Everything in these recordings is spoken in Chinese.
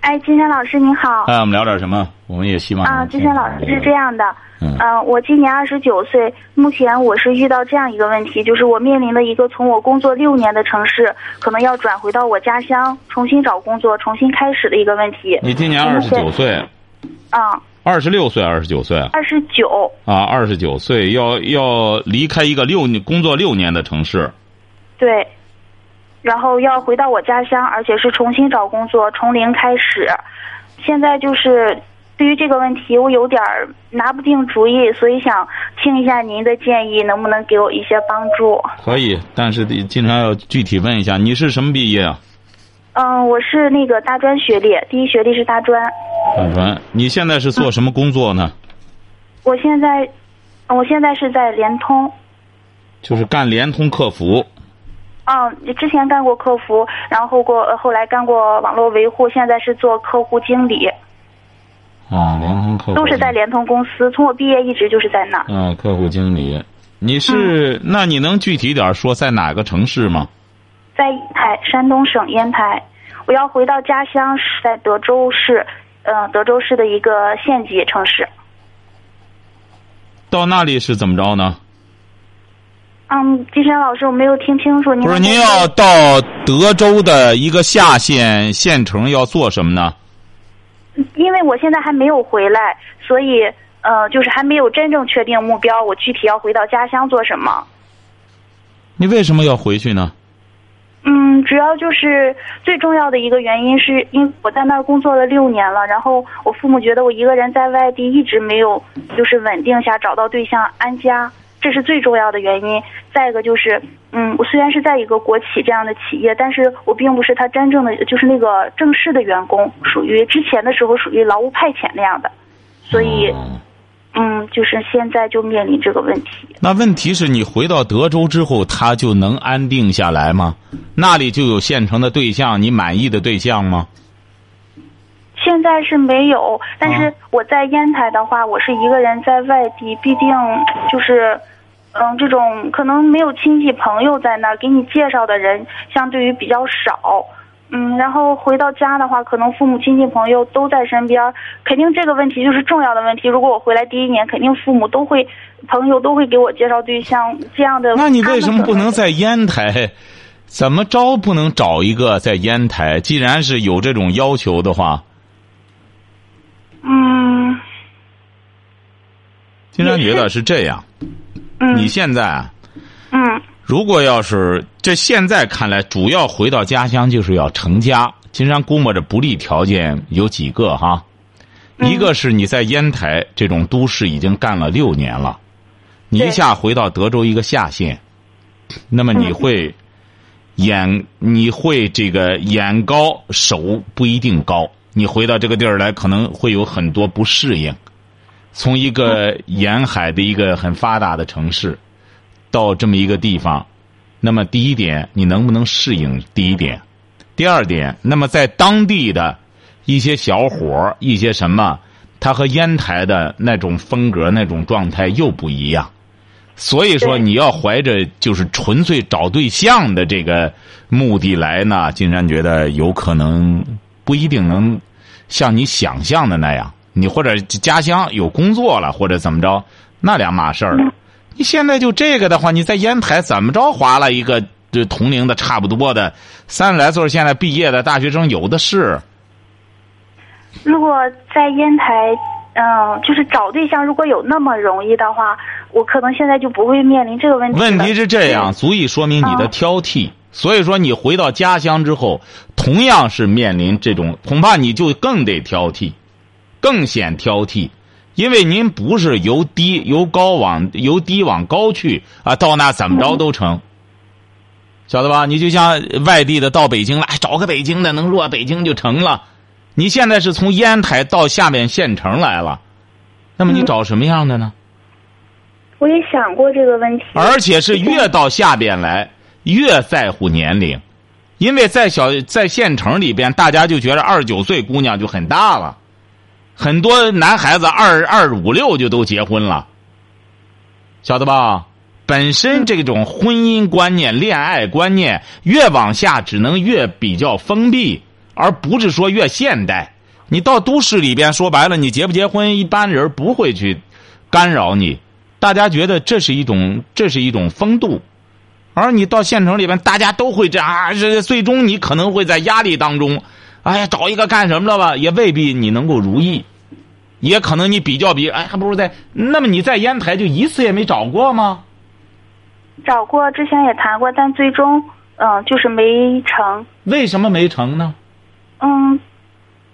哎，金山老师您好。哎，我们聊点什么？我们也希望啊，金山老师是这样的，嗯嗯、我今年二十九岁，目前我是遇到这样一个问题，就是我面临的一个从我工作六年的城市，可能要转回到我家乡，重新找工作，重新开始的一个问题。你今年二十九岁，啊，二十六岁，二十九岁啊二十九，啊，二十九岁要要离开一个六年工作六年的城市，对，然后要回到我家乡，而且是重新找工作，从零开始。现在就是对于这个问题，我有点儿拿不定主意，所以想听一下您的建议，能不能给我一些帮助？可以，但是得经常要具体问一下，你是什么毕业啊？嗯，我是那个大专学历，第一学历是大专。大专。你现在是做什么工作呢？我现在，嗯我现在是在联通。就是干联通客服。嗯，之前干过客服，然后过呃后来干过网络维护，现在是做客户经理，啊，联通客服都是在联通公司。从我毕业一直就是在那儿。嗯、客户经理。你嗯是、那你能具体点儿说在哪个城市吗？在烟台，山东省烟台。我要回到家乡是在德州市，呃，德州市的一个县级城市。到那里是怎么着呢？嗯，金山老师，我没有听清楚您不刚是才说。您要到德州的一个下县县城要做什么呢？因为我现在还没有回来，所以呃，就是还没有真正确定目标，我具体要回到家乡做什么。你为什么要回去呢？嗯，主要就是最重要的一个原因是，因为我在那儿工作了六年了，然后我父母觉得我一个人在外地一直没有就是稳定下找到对象安家，这是最重要的原因。再一个就是，嗯，我虽然是在一个国企这样的企业，但是我并不是他真正的就是那个正式的员工，属于之前的时候属于劳务派遣那样的，所以。哦嗯，就是现在就面临这个问题。那问题是你回到德州之后，他就能安定下来吗？那里就有现成的对象，你满意的对象吗？现在是没有，但啊是我在烟台的话，我是一个人在外地，毕竟就是，嗯，这种可能没有亲戚朋友在那儿，给你介绍的人相对于比较少。嗯，然后回到家的话，可能父母亲戚朋友都在身边儿，肯定这个问题就是重要的问题。如果我回来第一年，肯定父母都会，朋友都会给我介绍对象，这样的。那你为什么不能在烟台？怎么着不能找一个在烟台？既然是有这种要求的话，嗯金山也觉是得是这样。嗯你现在啊嗯如果要是这现在看来，主要回到家乡就是要成家。金山估摸着不利条件有几个哈，一个是你在烟台这种都市已经干了六年了，你一对下回到德州一个下县，那么你会眼你会这个眼高手不一定高，你回到这个地儿来可能会有很多不适应。从一个沿海的一个很发达的城市，到这么一个地方，那么第一点，你能不能适应？第一点，第二点，那么在当地的一些小伙儿一些什么，他和烟台的那种风格、那种状态又不一样。所以说，对你要怀着就是纯粹找对象的这个目的来呢，金山觉得有可能不一定能像你想象的那样。你或者家乡有工作了，或者怎么着，那两码事儿。你现在就这个的话，你在烟台怎么着划了一个这同龄的差不多的三十来岁儿现在毕业的大学生有的是。如果在烟台，嗯、就是找对象，如果有那么容易的话，我可能现在就不会面临这嗯个问题了。问题是这样，足以说明你的啊挑剔。所以说，你回到家乡之后，同样是面临这种，恐怕你就更得挑剔，更显挑剔，因为您不是由低由高往由低往高去啊，到那怎么着都成。晓得吧？你就像外地的到北京了，哎找个北京的能入北京就成了。你现在是从烟台到下面县城来了，那么你嗯找什么样的呢？对，我也想过这个问题。 而且是越到下边来越在乎年龄，因为在小在县城里边，大家就觉得二十九岁姑娘就很大了，很多男孩子二二五六就都结婚了，晓得吧？本身这种婚姻观念、恋爱观念越往下，只能越比较封闭，而不是说越现代。你到都市里边，说白了，你结不结婚，一般人不会去干扰你。大家觉得这是一种，这是一种风度。而你到县城里边，大家都会这样，啊、这最终你可能会在压力当中，哎呀，找一个干什么了吧，也未必你能够如意，也可能你比较比，哎，还不如在那么你在烟台就一次也没找过吗？找过，之前也谈过，但最终，嗯、就是没成。为什么没成呢？嗯，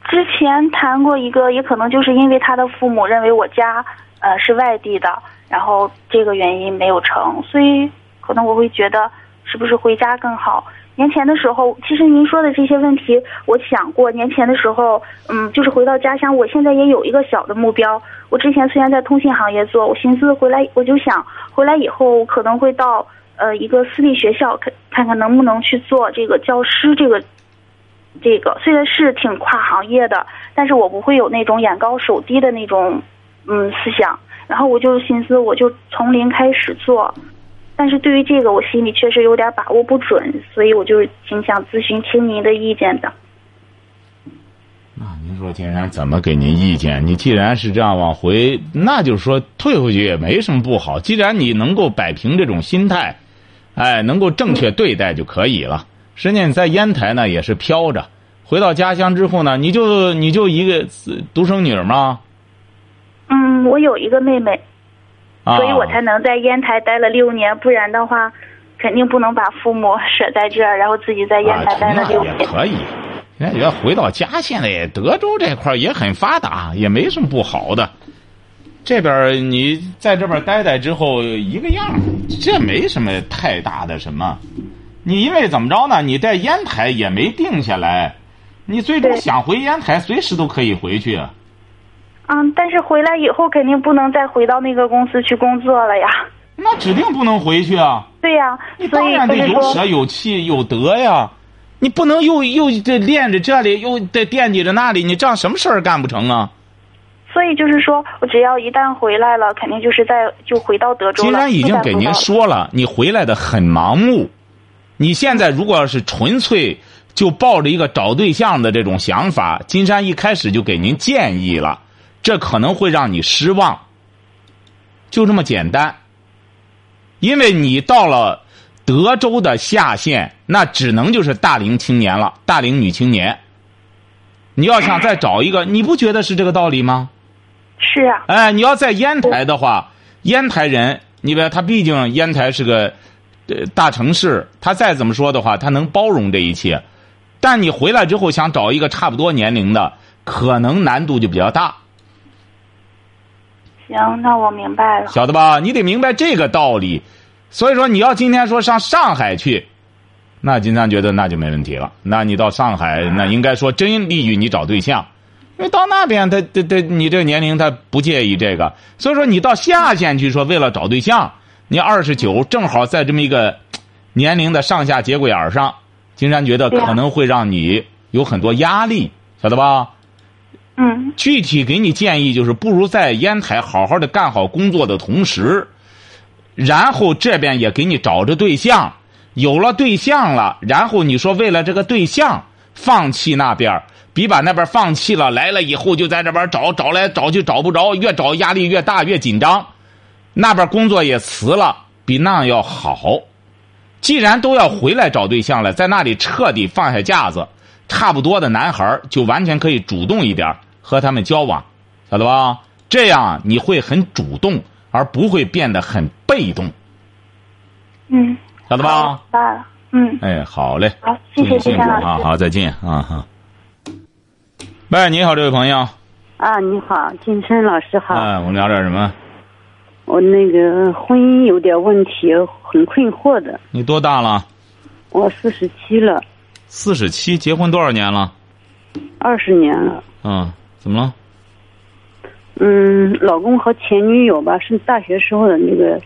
之前谈过一个，也可能就是因为他的父母认为我家呃是外地的，然后这个原因没有成，所以可能我会觉得是不是回家更好。年前的时候，其实您说的这些问题，我想过。年前的时候，嗯，就是回到家乡，我现在也有一个小的目标。我之前虽然在通信行业做，我寻思回来，我就想回来以后可能会到呃一个私立学校，看看看能不能去做这个教师这个这个。虽然是挺跨行业的，但是我不会有那种眼高手低的那种嗯思想。然后我就寻思，我就从零开始做。但是对于这个，我心里确实有点把握不准，所以我就挺想咨询听您的意见的。那啊您说金山怎么给您意见？你既然是这样往回，那就是说退回去也没什么不好。既然你能够摆平这种心态，哎，能够正确对待就可以了。实际上你在烟台呢也是飘着，回到家乡之后呢，你就你就一个独生女儿吗？嗯，我有一个妹妹，啊，所以我才能在烟台待了六年，不然的话，肯定不能把父母舍在这儿，然后自己在烟啊，台待了那六也年。可以。人家觉得回到家，现在也德州这块儿也很发达，也没什么不好的。这边儿你在这边儿待待之后一个样儿，这没什么太大的什么。你因为怎么着呢？你在烟台也没定下来，你最终对想回烟台，随时都可以回去。啊嗯，但是回来以后肯定不能再回到那个公司去工作了呀。那指定不能回去啊！对呀、你所当以然就得是有说舍，有气有德呀，你不能又又这恋着这里，又得惦记着那里，你这样什么事儿干不成啊？所以就是说我只要一旦回来了，肯定就是在就回到德州既了。然已就经再给回到您了说了，你回来的很盲目。你现在如果要是纯粹就抱着一个找对象的这种想法，金山一开始就给您建议了，这可能会让你失望。就这么简单。因为你到了德州的下县，那只能就是大龄青年了，大龄女青年。你要想再找一个，你不觉得是这个道理吗？是啊，哎，你要在烟台的话，烟台人，你别他毕竟烟台是个呃大城市，他再怎么说的话，他能包容这一切。但你回来之后想找一个差不多年龄的，可能难度就比较大，行，那我明白了。晓得吧？你得明白这个道理。所以说，你要今天说上上海去，那金山觉得那就没问题了。那你到上海，那应该说真利于你找对象，因为到那边他他他你这个年龄他不介意这个，所以说你到下县去说为了找对象，你二十九正好在这么一个年龄的上下节骨眼儿上，金山觉得对啊可能会让你有很多压力，晓得吧？嗯，具体给你建议就是，不如在烟台好好的干好工作的同时，然后这边也给你找着对象，有了对象了，然后你说为了这个对象放弃那边儿，比把那边放弃了来了以后就在这边找找来找去找不着，越找压力越大越紧张，那边工作也辞了，比那样要好。既然都要回来找对象了，在那里彻底放下架子，差不多的男孩儿就完全可以主动一点儿和他们交往，晓得吧？这样你会很主动，而不会变得很被动，嗯，晓得好吧？明白了。嗯，哎，好嘞，好，祝谢你谢金幸福山啊！老师。好，再见啊哈。喂，你好，这位朋友，啊，你好，金山老师好。哎，我们聊点什么？我那个婚姻有点问题，很困惑的。你多大了？我四十七了，四十七，结婚多少年了？啊二十年了。嗯，怎么了？嗯，老公和前女友吧，是大学时候的那个，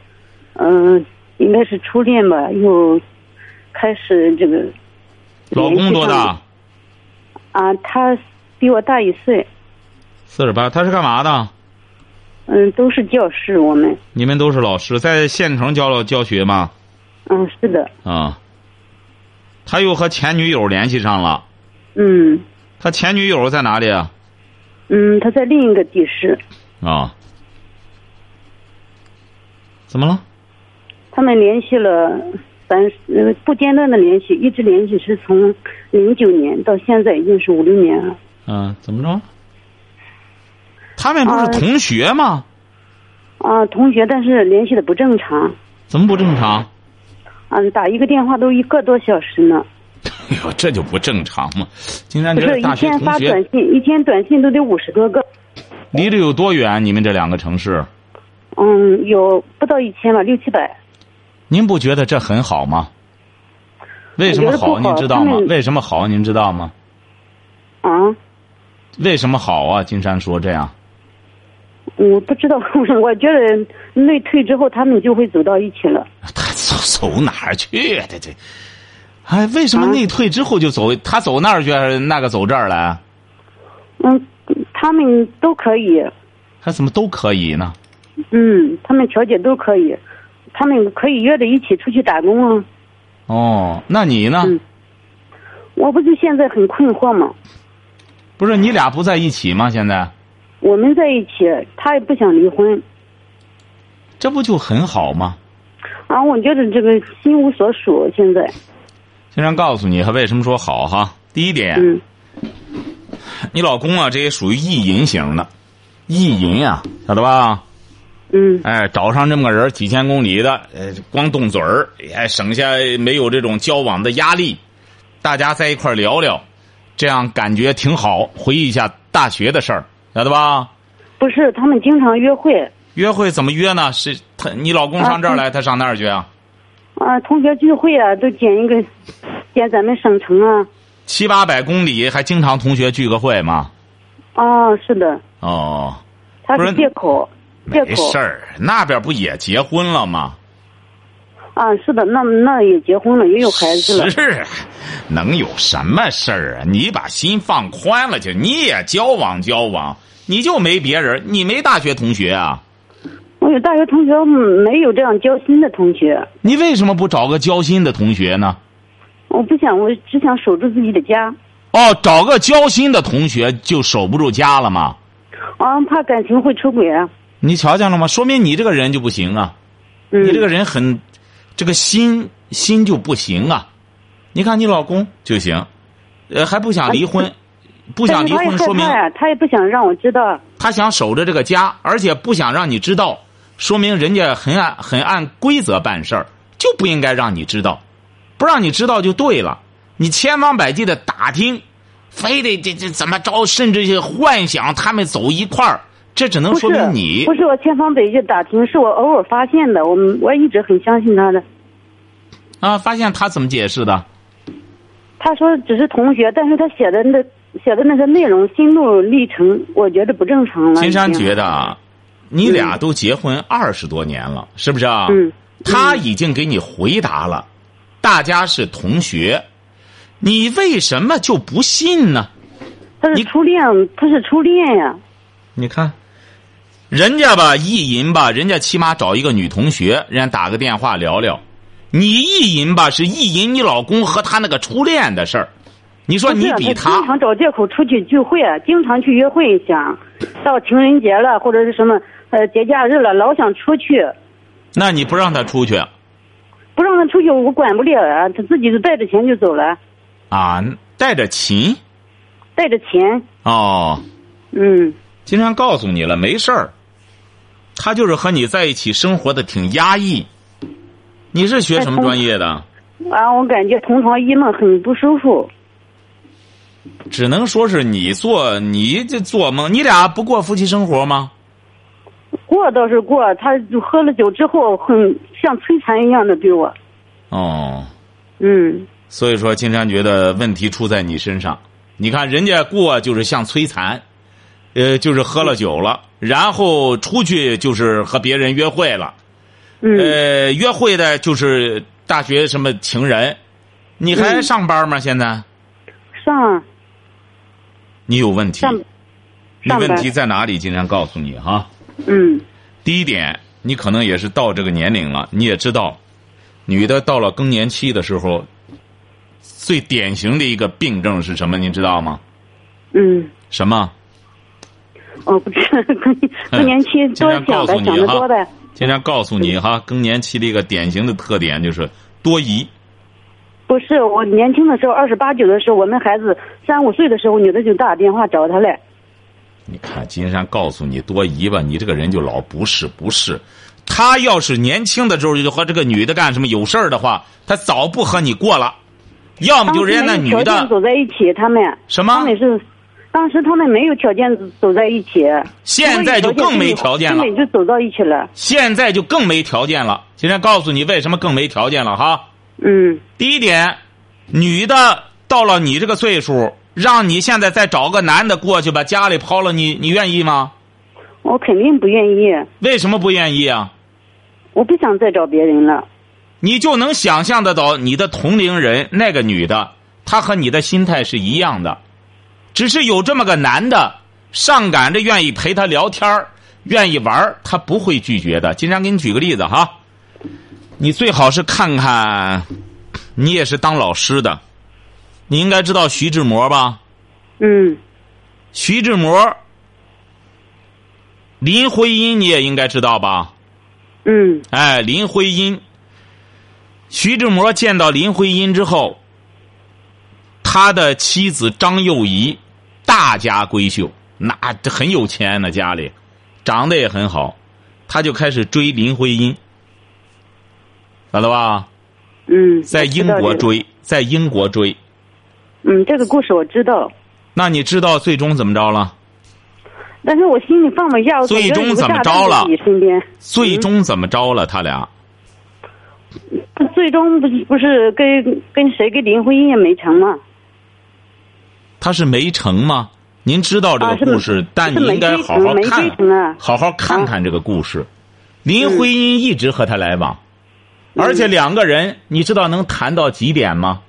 嗯、应该是初恋吧，又开始这个。老公多大？？啊，他比我大一岁，四十八。他是干嘛的？嗯，都是教师，我们，你们都是老师，在县城教了教学吗？嗯，是的，啊。他又和前女友联系上了。嗯他前女友在哪里啊？嗯，他在另一个地市，啊。怎么了？他们联系了三十，呃，不间断的联系，一直联系是从零九年到现在已经是五六年了。嗯、怎么着？他们不是同学吗？啊，同学，但是联系的不正常。怎么不正常？ 嗯，打一个电话都一个多小时呢。哎呦，这就不正常嘛！竟然不这是一大学天同发短学信，一天短信都得五十多个。离得有多远？你们这两个城市，嗯，有不到一千吧，六七百。您不觉得这很好吗？为什么我觉得不好您知道他吗们？为什么好？您知道吗？啊，为什么好啊？金山说这样，我不知道， 我觉得内退之后他们就会走到一起了。 他走走哪儿去啊？这这，哎，为什么内退之后就走？他走那儿去，还是那个走这儿来？啊嗯，他们都可以，还怎么都可以呢？嗯，他们调解都可以，他们可以约着一起出去打工啊。哦，那你呢？嗯我不是现在很困惑吗？不是你俩不在一起吗？现在我们在一起，他也不想离婚，这不就很好吗？啊，我觉得这个心无所属，现在，金山告诉你，他为什么说好哈？第一点，嗯你老公啊，这也属于意淫型的，意淫啊，晓得吧？嗯哎，找上这么个人儿，几千公里的，呃，光动嘴儿，哎，省下没有这种交往的压力，大家在一块儿聊聊，这样感觉挺好。回忆一下大学的事儿，晓得吧？不是，他们经常约会，约会怎么约呢？是他，你老公上这儿来，他上那儿去啊？啊，同学聚会啊，都捡一个，捡咱们省城啊，七八百公里，还经常同学聚个会吗？啊，是的，哦，他不是是借口，借没口事儿，那边不也结婚了吗？啊，是的，那那也结婚了，也有孩子了，是啊，能有什么事儿啊？你把心放宽了去，你也交往交往，你就没别人，你没大学同学啊？我有大学同学嗯没有这样交心的同学，你为什么不找个交心的同学呢？我不想，我只想守住自己的家，哦，找个交心的同学就守不住家了吗？啊，怕感情会出轨啊，你瞧见了吗？说明你这个人就不行啊，嗯，你这个人很，这个心心就不行啊。你看你老公就行，呃，还不想离婚，不想但离是他也婚害说明怕呀，他也不想让我知道，他想守着这个家，而且不想让你知道，说明人家很按很按规则办事儿，就不应该让你知道，不让你知道就对了。你千方百计的打听，非得这这怎么着，甚至是幻想他们走一块儿，这只能不是说明你不是我千方百计打听，是我偶尔发现的。我们我一直很相信他的。啊。发现他怎么解释的？他说只是同学，但是他写的那写的那个内容、心路历程，我觉得不正常了。金山已经觉得啊，你俩都结婚二十多年了，是不是啊？嗯，他已经给你回答了，大家是同学，你为什么就不信呢？他你是初恋，他是初恋呀、你看，人家吧意淫吧，人家起码找一个女同学，人家打个电话聊聊。你意淫吧，是意淫你老公和他那个初恋的事儿。你说不是啊啊你比他经他常找借口出去聚会，啊经常去约会，想到情人节了或者是什么呃节假日了，老想出去，那你不让他出去啊不让他出去我管不了啊，他自己就带着钱就走了，啊？带着琴带着钱，哦，嗯。金山告诉你了，没事儿。他就是和你在一起生活的挺压抑。你是学什么专业的？啊，我感觉同床异梦很不舒服。只能说是你做你这做梦。你俩不过夫妻生活吗？过倒是过，他就喝了酒之后很像摧残一样的对我。哦。嗯，所以说，金山觉得问题出在你身上。你看人家过就是像摧残，呃，就是喝了酒了，然后出去就是和别人约会了，嗯，呃，约会的就是大学什么情人，你还上班吗？现在上你有问题，上你问题上在哪里？今天告诉你哈。嗯第一点，你可能也是到这个年龄了，你也知道，女的到了更年期的时候，最典型的一个病症是什么？你知道吗？嗯，什么？我不知道， 更更年期今多天嗯告想诉呗，你想的多哈呗，，今天告诉你哈，更年期的一个典型的特点就是多疑。不是，我年轻的时候，二十八九的时候，我们孩子三五岁的时候，女的就打电话找他来。你看，金山告诉你多疑吧，你这个人就老不是不是。他要是年轻的时候就和这个女的干什么有事儿的话，他早不和你过了。要么哦当就时人家那没女有条件的走在一起，他们什么他们是，当时他们没有条件走在一起。现在就更没条件了根本就走到一起了。现在就更没条件了。今天告诉你为什么更没条件了哈。嗯第一点，女的到了你这个岁数，让你现在再找个男的过去把家里抛了你，你愿意吗？我肯定不愿意，为什么不愿意啊？我不想再找别人了。你就能想象得到你的同龄人那个女的，她和你的心态是一样的，只是有这么个男的上赶着愿意陪她聊天儿愿意玩儿她不会拒绝的。经常给你举个例子哈，你最好是看看，你也是当老师的，你应该知道徐志摩吧？嗯，徐志摩、林徽因你也应该知道吧？嗯哎，林徽因，徐志摩见到林徽因之后，他的妻子张幼仪，大家闺秀，那这很有钱呢、家里长得也很好，他就开始追林徽因，晓得吧？嗯，在英国追。追，在英国追，嗯，这个故事我知道，那你知道最终怎么着了？但是我心里放不下。我最终感觉有个怎么炸着弹在了自己身边最终怎么着了？他俩最终不是不是跟跟谁跟林徽因也没成吗？他是没成吗？您知道这啊，个是故事，没但是你没应该追好成好没看追成啊。好好看看这个故事。林徽因一直和他来往，嗯而且两个人，你知道能谈到几点吗？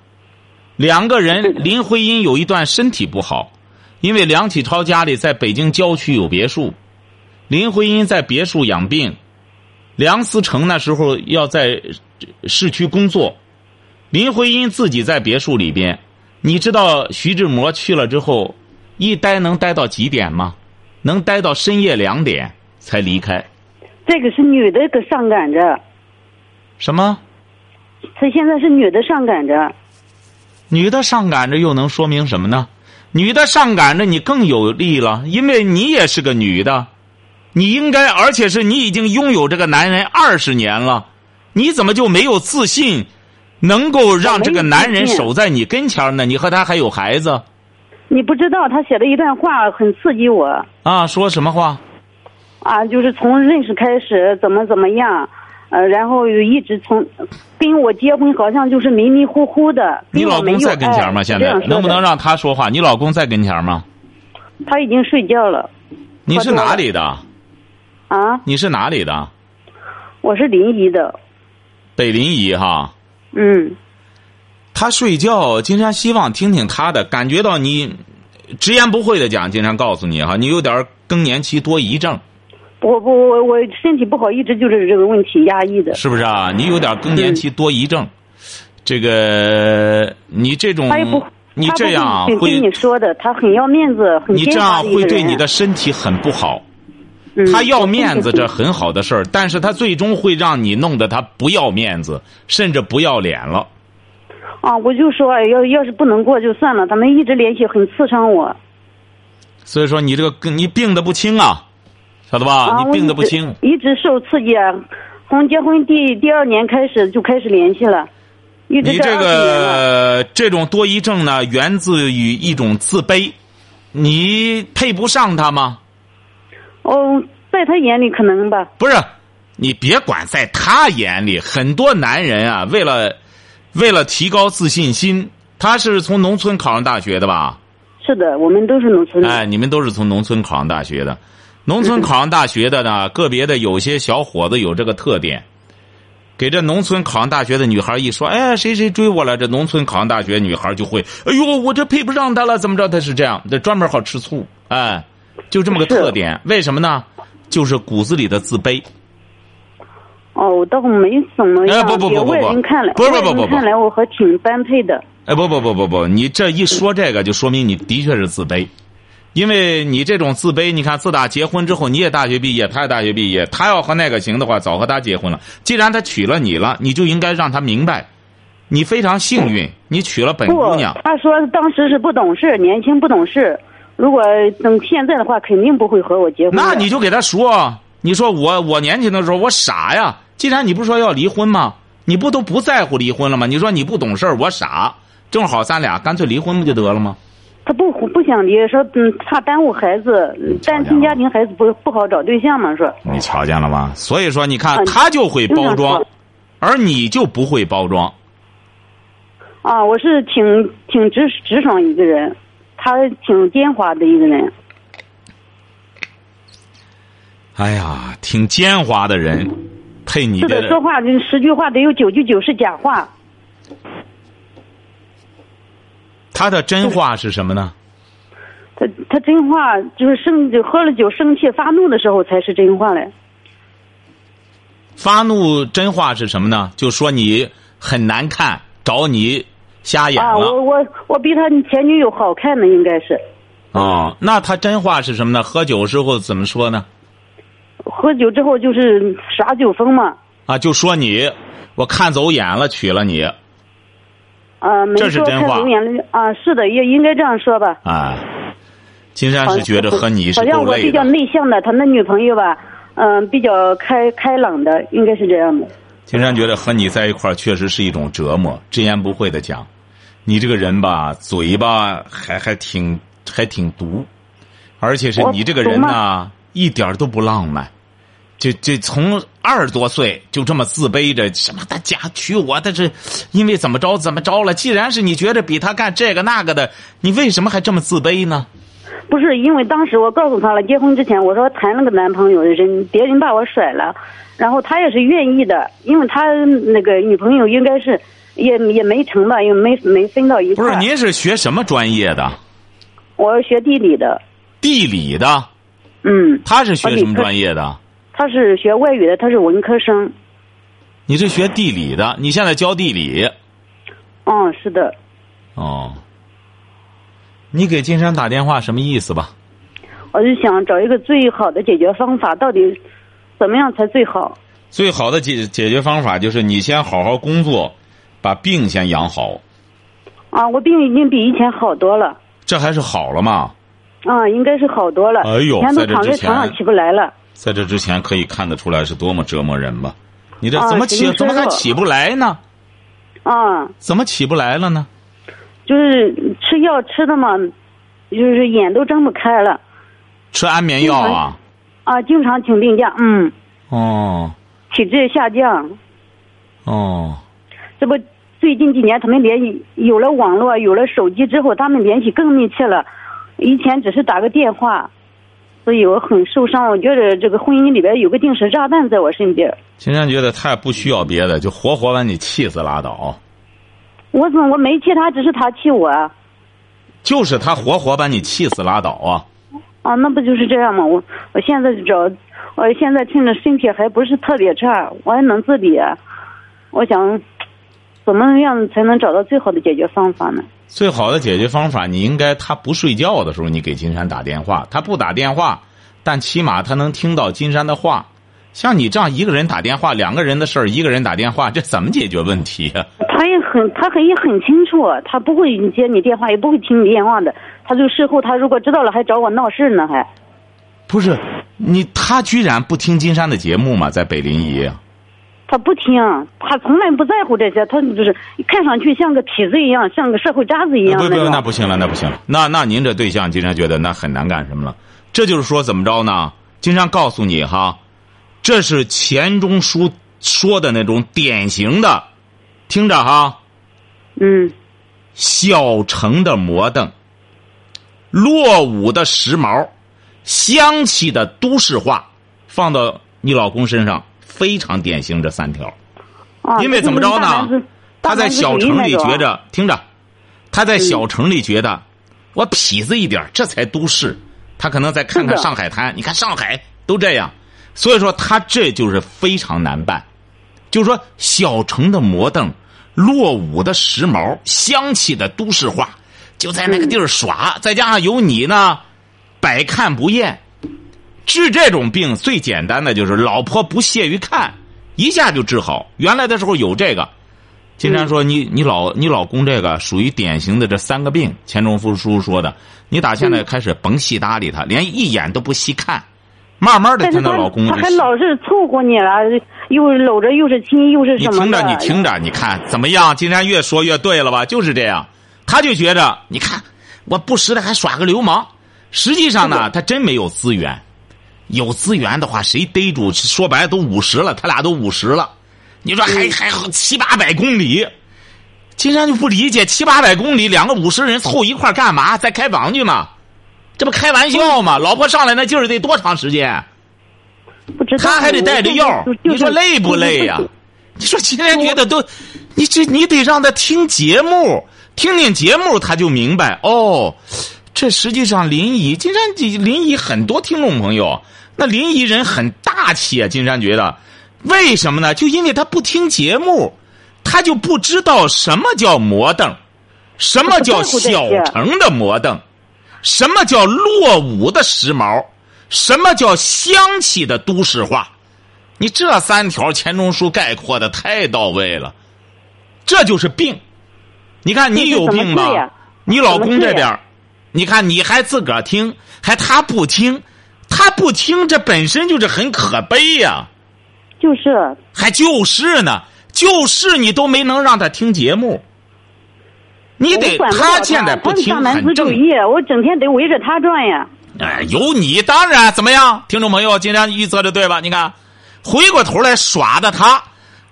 两个人，林徽因有一段身体不好，因为梁启超家里在北京郊区有别墅，林徽因在别墅养病，梁思成那时候要在市区工作，林徽因自己在别墅里边。你知道徐志摩去了之后，一待能待到几点吗？能待到深夜两点才离开。这个是女的搁上赶着，什么？她现在是女的上赶着。女的上赶着又能说明什么呢？女的上赶着你更有利了，因为你也是个女的，你应该，而且是你已经拥有这个男人二十年了，你怎么就没有自信，能够让这个男人守在你跟前儿呢？你和他还有孩子你不知道，她写了一段话很刺激我啊？说什么话？啊，就是从认识开始怎么怎么样，呃，然后一直从跟我结婚，好像就是迷迷糊糊的。你跟我老没公有在跟前儿吗？爱现这在样说能不的能让他说话？你老公在跟前儿吗？他已经睡觉了你是喝多了哪里的？啊？你是哪里的？我是临沂的，北临沂哈。嗯他睡觉，金山希望听听他的，感觉到你直言不讳的讲，金山告诉你哈，你有点更年期多疑症，我不我我身体不好，一直就是这个问题压抑的。是不是啊？你有点更年期多疑症，这个你这种他也不，嗯你这样啊他不会会跟跟你说的，他很要面子，很你这奸样猾的一个会对人你的身体很不好。嗯他要面子，这很好的事儿， 但是他最终会让你弄得他不要面子，甚至不要脸了。啊，我就说哎要要是不能过就算了，他们一直联系，很刺伤我。所以说你这个更你病得不轻啊，晓得吧？啊，你病得不轻。我一直，一直受刺激啊。从结婚第第二年开始就开始联系了， 一直你在这20年了个这种多疑症呢，源自于一种自卑，你配不上他吗？哦，在他眼里可能吧，不是，你别管在他眼里，很多男人啊，为了为了提高自信心，他是从农村考上大学的吧？是的，我们都是农村的。哎，你们都是从农村考上大学的，农村考上大学的呢，个别的有些小伙子有这个特点，给这农村考上大学的女孩一说，哎，谁谁追我了，这农村考上大学女孩就会，哎呦，我这配不上他了，怎么着？他是这样，这专门好吃醋，哎，就这么个特点。为什么呢？就是骨子里的自卑。哦，我倒没怎么样。哎不不不不不外人看来，不是不不不不外人看来我还挺般配的。哎，不不不不不，你这一说这个，就说明你的确是自卑，因为你这种自卑，你看，自打结婚之后，你也大学毕业，他也大学毕业，他要和那个行的话，早和他结婚了。既然他娶了你了，你就应该让他明白，你非常幸运，你娶了本不哎姑娘。，他说当时是不懂事，年轻不懂事。如果等现在的话，肯定不会和我结婚的。那你就给他说，你说我我年轻的时候我傻呀，既然你不是说要离婚吗？你不都不在乎离婚了吗？你说你不懂事儿，我傻，正好咱俩干脆离婚不就得了吗？他不不想离，说嗯怕耽误孩子，嗯单亲家庭孩子不不好找对象嘛，说。你瞧见了吗？所以说，你看嗯他就会包经常装说，而你就不会包装。啊，我是挺挺直直爽一个人，他挺奸猾的一个人。哎呀，挺奸猾的人，配你是的，说话这十句话得有九句九是假话。他的真话是什么呢？他他真话就是生就喝了酒生气发怒的时候才是真话嘞。发怒真话是什么呢？就说你很难看，找你瞎眼啊，我了我我比他前女友好看呢，应该是。啊、哦那他真话是什么呢？喝酒时候怎么说呢？喝酒之后就是耍酒疯嘛。啊，就说你，我看走眼了，娶了你啊，没这是说真看话走眼了啊，是的，也应该这样说吧。啊。金山是觉得和你是好像够我累比较的。内向的，他那女朋友吧，嗯、比较开开朗的，应该是这样的。金山觉得和你在一块儿确实是一种折磨。直言不讳的讲，你这个人吧，嘴巴还还挺还挺毒，而且是我你这个人毒呢，一点儿都不浪漫。这这从二十多岁就这么自卑着，什么他家娶我，但是因为怎么着怎么着了。既然是你觉得比他干这个那个的，你为什么还这么自卑呢？哎不是因为当时我告诉他了，结婚之前我说谈了个男朋友，人别人把我甩了，然后他也是愿意的，因为他那个女朋友应该是也也没成吧，也没没分到一不块儿。是，您是学什么专业的？我学地理的，地理的，嗯，他是学我理什么科专业的？他是学外语的，他是文科生。你是学地理的，你现在教地理。嗯，是的，哦，你给金山打电话什么意思吧？我就想找一个最好的解决方法，到底怎么样才最好？最好的解解决方法就是你先好好工作，把病先养好，啊，我病已经比以前好多了，这还是好了吗？啊，应该是好多了。哎呦以前都在这躺在之前床上起不来了。在这之前可以看得出来是多么折磨人吧？你这啊怎么起、神怎经么还衰弱起不来呢？啊，怎么起不来了呢？就是吃药吃的嘛，就是眼都睁不开了吃安眠药啊？啊，经常请病假，嗯，哦体质下降，哦，这不最近几年他们联系有了网络，有了手机之后，他们联系更密切了，以前只是打个电话，所以我很受伤，我觉得这个婚姻里边有个定时炸弹在我身边，金山觉得他也不需要别的，就活活把你气死拉倒。我怎么我没气他，只是他气我啊，就是他活活把你气死拉倒啊！啊，那不就是这样吗？我我现在就找，我现在趁着身体还不是特别差，我还能自理，啊我想怎么样才能找到最好的解决方法呢？最好的解决方法，你应该他不睡觉的时候，你给金山打电话。他不打电话，但起码他能听到金山的话。像你这样一个人打电话，两个人的事儿，一个人打电话，这怎么解决问题啊呀、他也很，他很也很清楚，啊他不会接你电话，也不会听你电话的。他就事后他如果知道了，还找我闹事呢，还 不是，你他居然不听金山的节目吗？在北临沂，他不听，他从来不在乎这些，他就是看上去像个痞子一样，像个社会渣子一样呃不不，种。那不行了，那不行了。那那您这对象，金山觉得那很难干什么了。这就是说，怎么着呢？金山告诉你哈，这是钱钟书说的那种典型的，听着哈，嗯，小城的摩登，落伍的时髦、香气的都市化，放到你老公身上非常典型这三条。啊，因为怎么着呢？他在小城里觉着，听着，他嗯在小城里觉得，我痞子一点儿，这才都市。他可能再看看是的上海滩，你看上海都这样，所以说他这就是非常难办。就是说，小城的摩登，落伍的时髦，香气的都市化，就在那个嗯地儿耍，再加上有你呢，百看不厌。治这种病最简单的就是老婆不屑于看，一下就治好。原来的时候有这个，金嗯山说你你老你老公这个属于典型的这三个病，钱钟书叔说的，你打现在嗯开始甭细搭理他，连一眼都不细看，慢慢的但是她他那老公他就还喜老是凑合你了，又搂着又是亲又是你什么哎听着，的你听着，你看怎么样？金山越说越对了吧？就是这样，他就觉着，你看我不识的还耍个流氓，实际上呢，他真没有资源。有资源的话，谁逮住？说白了都五十了，他俩都五十了，你说嗯还还七八百公里，金山就不理解，七八百公里两个五十人凑一块儿干嘛？再开房去嘛？这不开玩笑嗯吗？老婆上来那劲儿得多长时间？不知道他还得带着药我就，你说累不累 呀、你说今天觉得都，你这你得让他听节目，听听节目他就明白哦。这实际上临沂，金山临沂很多听众朋友，那临沂人很大气啊。金山觉得，为什么呢？就因为他不听节目，他就不知道什么叫摩登，什么叫小城的摩登。什么叫落伍的时髦？什么叫香气的都市化？你这三条钱钟书概括的太到位了，这就是病。你看你有病这是怎么治吗呀？你老公这边儿，你看你还自个儿听，还他不听，他不听，这本身就是很可悲呀、就是还就是呢，就是你都没能让他听节目，你得我管不了他现在不他听上男很子主正义，我整天得围着他转呀。哎，有你当然怎么样？听众朋友，今天预测的对吧？你看，回过头来耍的他，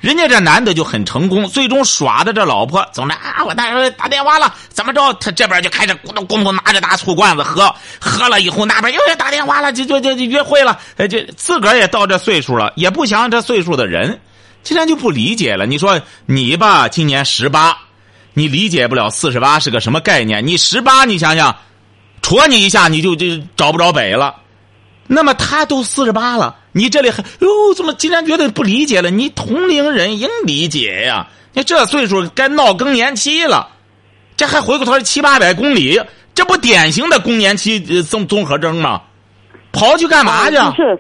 人家这男的就很成功，最终耍的这老婆总的啊，我打打电话了，怎么着？他这边就开始咕咚咕咚拿着大醋罐子喝，喝了以后那边又要打电话了，就就就就约会了，哎，就自个儿也到这岁数了，也不想想这岁数的人，今天就不理解了。你说你吧，今年十八，你理解不了四十八是个什么概念？你十八，你想想。戳你一下，你就就找不着北了。那么他都四十八了，你这里还哟，怎么竟然觉得不理解了？你同龄人应理解呀，你这岁数该闹更年期了，这还回过头七八百公里，这不典型的更年期呃综综合征吗？跑去干嘛去？啊就是，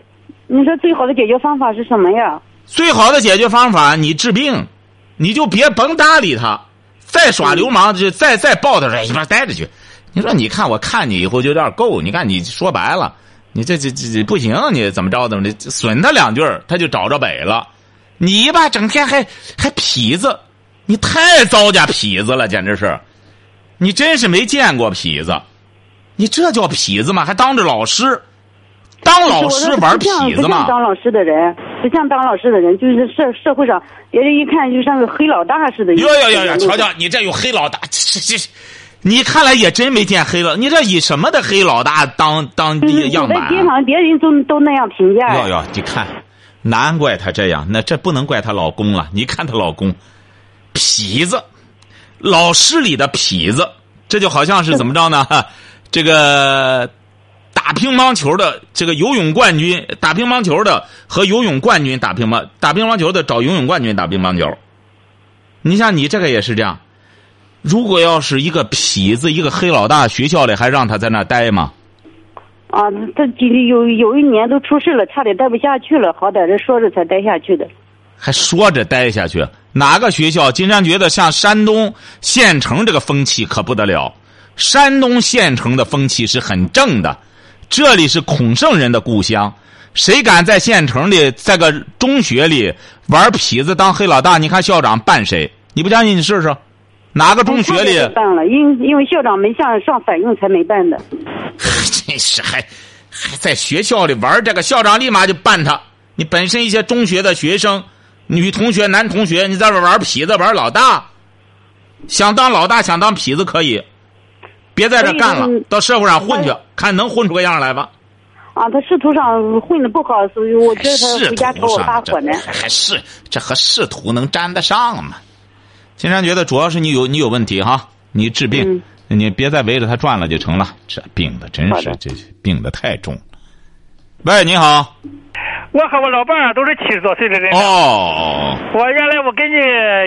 你说最好的解决方法是什么呀？最好的解决方法，你治病，你就别甭搭理他，再耍流氓就再再抱他哎说一边待着去。你说，你看我看你以后就有点够，你看你说白了，你这这这这不行，你怎么着怎么的，损他两句儿他就找着北了。你吧，整天还还痞子，你太糟践痞子了，简直是，你真是没见过痞子，你这叫痞子吗？还当着老师，当老就是师我说玩不像痞子不像吗？当老师的人，不像当老师的人，就是社社会上，也是一看就像个黑老大似的。哟哟哟哟，瞧瞧，你这有黑老大，这这这，你看来也真没见黑了。你这以什么的黑老大当当就是样走嗯在板、街啊？上，别人都都那样评价哟哟，你看，难怪她这样，那这不能怪她老公了。你看她老公，痞子，老师里的痞子，这就好像是怎么着呢？哈这个打乒乓球的，这个游泳冠军，打乒乓球的和游泳冠军打乒乓，打乒乓球的找游泳冠军打乒乓球。你像你这个也是这样，如果要是一个痞子，一个黑老大，学校里还让他在那儿待吗？啊！他几有有一年都出事了，差点待不下去了，好歹这说着才待下去的。还说着待下去。哪个学校？金山觉得像山东县城这个风气可不得了。山东县城的风气是很正的，这里是孔圣人的故乡。谁敢在县城里，在个中学里玩痞子当黑老大？你看校长办谁？你不相信你试试？哪个中学里？差点就办了，因因为校长没向上反映才没办的。 真是还还在学校里玩这个，校长立马就办他。你本身一些中学的学生，女同学、男同学，你在这玩痞子，玩老大，想当老大，想当痞子可以，别在这儿干了所以，到社会上混去我，看能混出个样来吧。啊，他仕途上混的不好，所以我哎觉得他回家朝我发火呢。这还是这和仕途能沾得上吗？金山觉得主要是你有你有问题哈，你治病，你别再围着他转了就成了。这病的真嗯好是的这病的太重了。喂，你好，我和我老伴儿都是七十多岁的人了。哦我原来我给你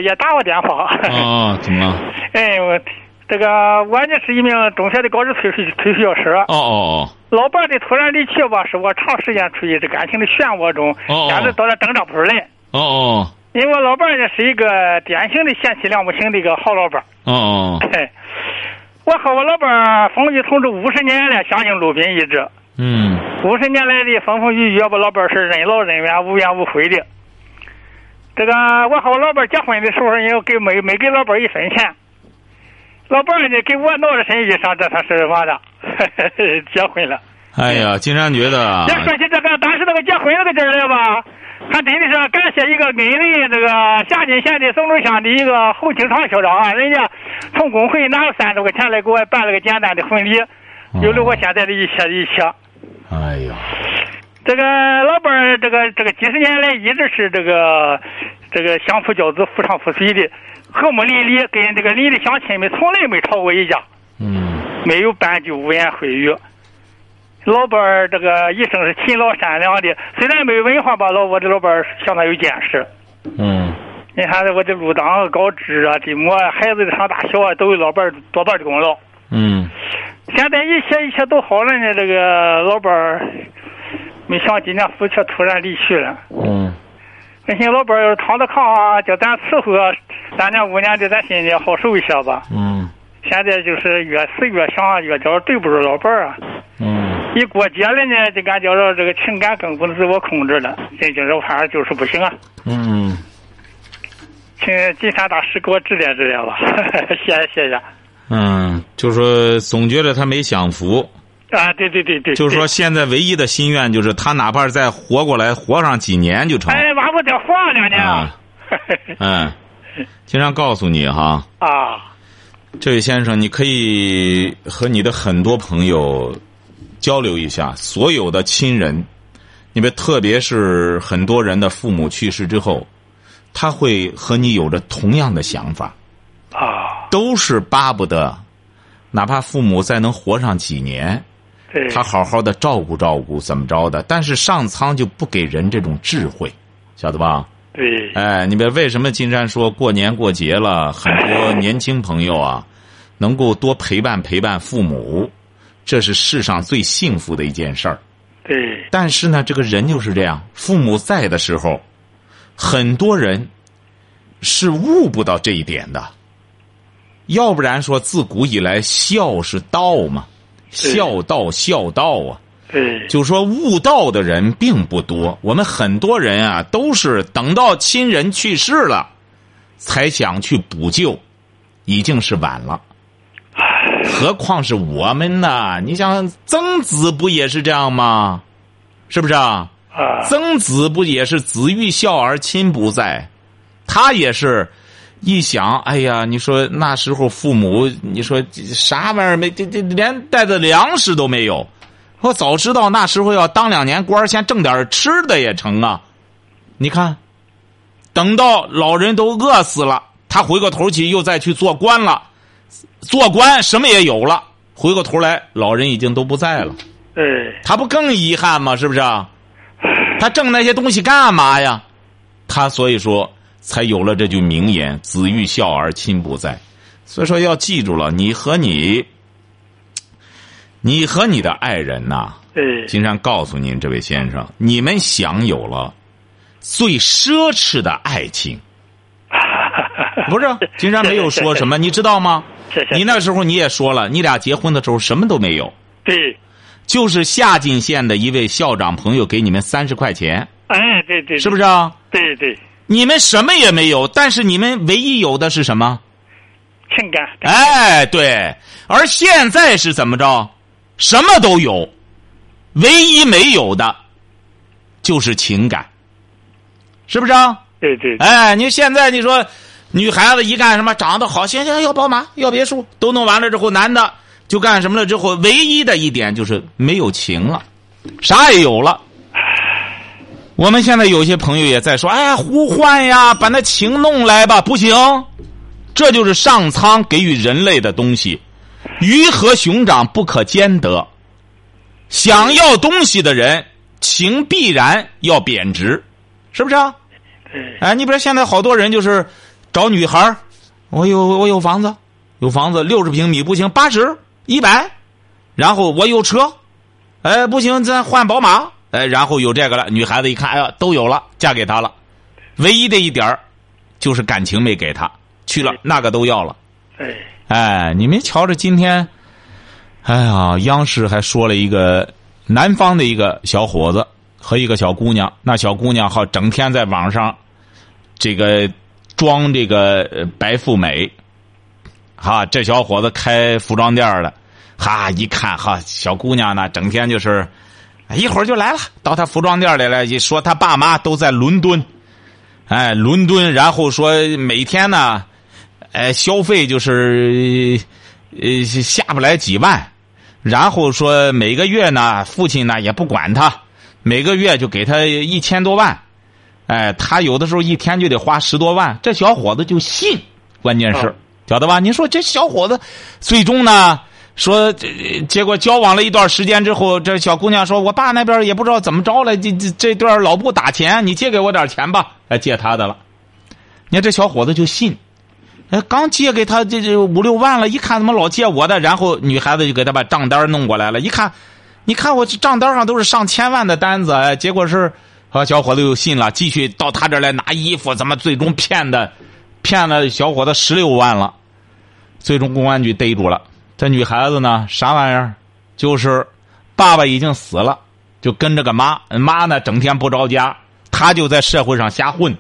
也打过电话。哦，怎么了？ 哎，我这个我呢是一名中学的高职退休退休教师。啊哦哦老伴儿的突然离去吧，使我长时间处于这感情的漩涡中哦哦，简直早点挣扎不出来。哦哦因为我老伴儿呢是一个典型的贤妻良母型的一个好老伴儿。哦哦，嘿我和我老伴儿风雨同舟五十年了，相敬如宾一直。嗯五十年来的风风雨雨，我老伴儿是任劳任怨、无怨无悔的。这个我和我老伴儿结婚的时候，也给没没给老伴儿一分钱。老伴儿呢，给我闹着身衣裳，这才是什么的， 结婚了。哎呀，金山觉得啊要说起这个，当时那个结婚那个地儿来吧，还真的是感谢一个恩人，这个夏津县的松竹乡的一个侯清昌校长啊，人家从工会拿了三十块钱来给我办了个简单的婚礼，有了我现在的一切的一切。哎呀，这个老伴儿，这个这个几十年来一直是这个这个相夫教子、夫唱妇随的，和睦邻里，跟这个邻里乡亲们从来没吵过一架，嗯没有半句污言秽语。老伴儿这个一生是勤劳善良的，虽然没文化吧，老我这老伴儿相当有见识。嗯你看我这入党、搞职啊、这么孩子上大学啊，都有老伴儿多半的功劳。嗯，现在一切一切都好了呢，这个老伴儿没想今年夫却突然离去了。嗯那些老伴儿要是躺着炕啊，叫咱伺候啊，三年五年的，咱心里也好受一些吧。嗯现在就是越思越想，越觉着对不住老伴儿啊。嗯，一过节了呢，就感觉着这个情感更不能自我控制了，这就是反正就是不行啊。嗯。请金山大师给我指点指点吧， 谢谢谢谢。嗯，就说总觉得他没享福，啊，对对对对，就说对，现在唯一的心愿就是他哪怕再活过来，活上几年就成。哎，完不得晃两年啊啊。嗯，经常告诉你哈，啊，这位先生，你可以和你的很多朋友交流一下，所有的亲人，你们特别是很多人的父母去世之后，他会和你有着同样的想法。啊，都是巴不得，哪怕父母再能活上几年，对，他好好的照顾照顾，怎么着的？但是上苍就不给人这种智慧，晓得吧？对，哎，你们为什么金山说过年过节了，很多年轻朋友啊，能够多陪伴陪伴父母，这是世上最幸福的一件事儿。对，但是呢，这个人就是这样，父母在的时候，很多人是悟不到这一点的。要不然说，自古以来孝是道嘛，对孝道孝道啊，对，就说悟道的人并不多。我们很多人啊，都是等到亲人去世了，才想去补救，已经是晚了。何况是我们呢？你想，曾子不也是这样吗？是不是啊？啊，曾子不也是子欲孝而亲不在，他也是一想，哎呀，你说那时候父母，你说这啥玩意儿没，这这连带的粮食都没有。我早知道那时候要当两年官儿，先挣点儿吃的也成啊。你看，等到老人都饿死了，他回过头去又再去做官了，做官什么也有了，回过头来老人已经都不在了。对，他不更遗憾吗？是不是啊？他挣那些东西干嘛呀？他所以说才有了这句名言：“子欲孝而亲不在。”所以说要记住了，你和你，你和你的爱人呐、对，金山告诉您，这位先生，你们享有了最奢侈的爱情。不 是，金山没有说什么，你知道吗？谢谢。你那时候你也说了，你俩结婚的时候什么都没有。对，就是夏津县的一位校长朋友给你们三十块钱，哎，对对，是不是？是啊？对对，你们什么也没有，但是你们唯一有的是什么？情感，哎，对。而现在是怎么着？什么都有，唯一没有的，就是情感，是不是啊？对对，哎，你现在你说，女孩子一干什么，长得好，行行，要宝马，要别墅，都弄完了之后，男的就干什么了之后，唯一的一点就是没有情了，啥也有了。我们现在有些朋友也在说：“哎呀，呼唤呀，把那情弄来吧！”不行，这就是上苍给予人类的东西，鱼和熊掌不可兼得。想要东西的人，情必然要贬值，是不是啊？哎，你比如现在好多人就是找女孩儿我有我有房子，有房子六十平米不行，八十、一百，然后我有车，哎不行，咱换宝马，哎，然后有这个了，女孩子一看，哎呀都有了，嫁给他了，唯一的一点儿就是感情没给他，去了那个都要了，哎，哎，你没瞧着今天，哎呀，央视还说了一个南方的一个小伙子和一个小姑娘，那小姑娘好整天在网上这个装这个呃白富美，哈，这小伙子开服装店儿的，哈，一看哈，小姑娘呢，整天就是哎一会儿就来了，到他服装店里来，一说他爸妈都在伦敦，哎，伦敦，然后说每天呢，哎，消费就是呃下不来几万，然后说每个月呢，父亲呢也不管他，每个月就给他一千多万。哎，他有的时候一天就得花十多万，这小伙子就信，关键是、嗯晓得吧？你说这小伙子，最终呢，说这结果交往了一段时间之后，这小姑娘说：“我爸那边也不知道怎么着了，这这这段老不打钱，你借给我点钱吧。”哎，借他的了。你看这小伙子就信，哎，刚借给他这这五六万了，一看怎么老借我的，然后女孩子就给他把账单弄过来了，一看，你看我这账单上都是上千万的单子，哎，结果是，啊，小伙子又信了，继续到他这儿来拿衣服，怎么最终骗的，骗了小伙子十六万了，最终公安局逮住了这女孩子呢，啥玩意儿，就是爸爸已经死了，就跟着个妈，妈呢整天不着家，她就在社会上瞎混。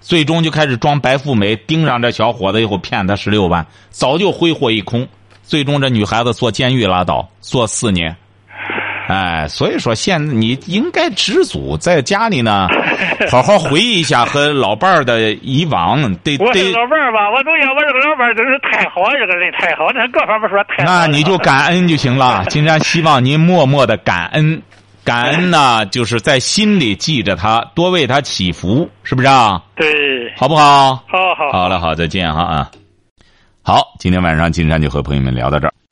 最终就开始装白富美，盯上这小伙子以后骗他十六万，早就挥霍一空。最终这女孩子坐监狱拉倒，坐四年。哎，所以说现你应该知足，在家里呢， 哎好好回忆一下和老伴儿的以往，得我这得个，老伴儿吧，我都想我这个老伴儿真是太好，这个人太好，咱各方面说那太好了。啊你就感恩就行 了。金山希望您默默的感恩，感恩呢就是在心里记着他，多为他祈福，是不是啊？对，好不好？好好好了，好，再见哈啊！好，今天晚上金山就和朋友们聊到这儿。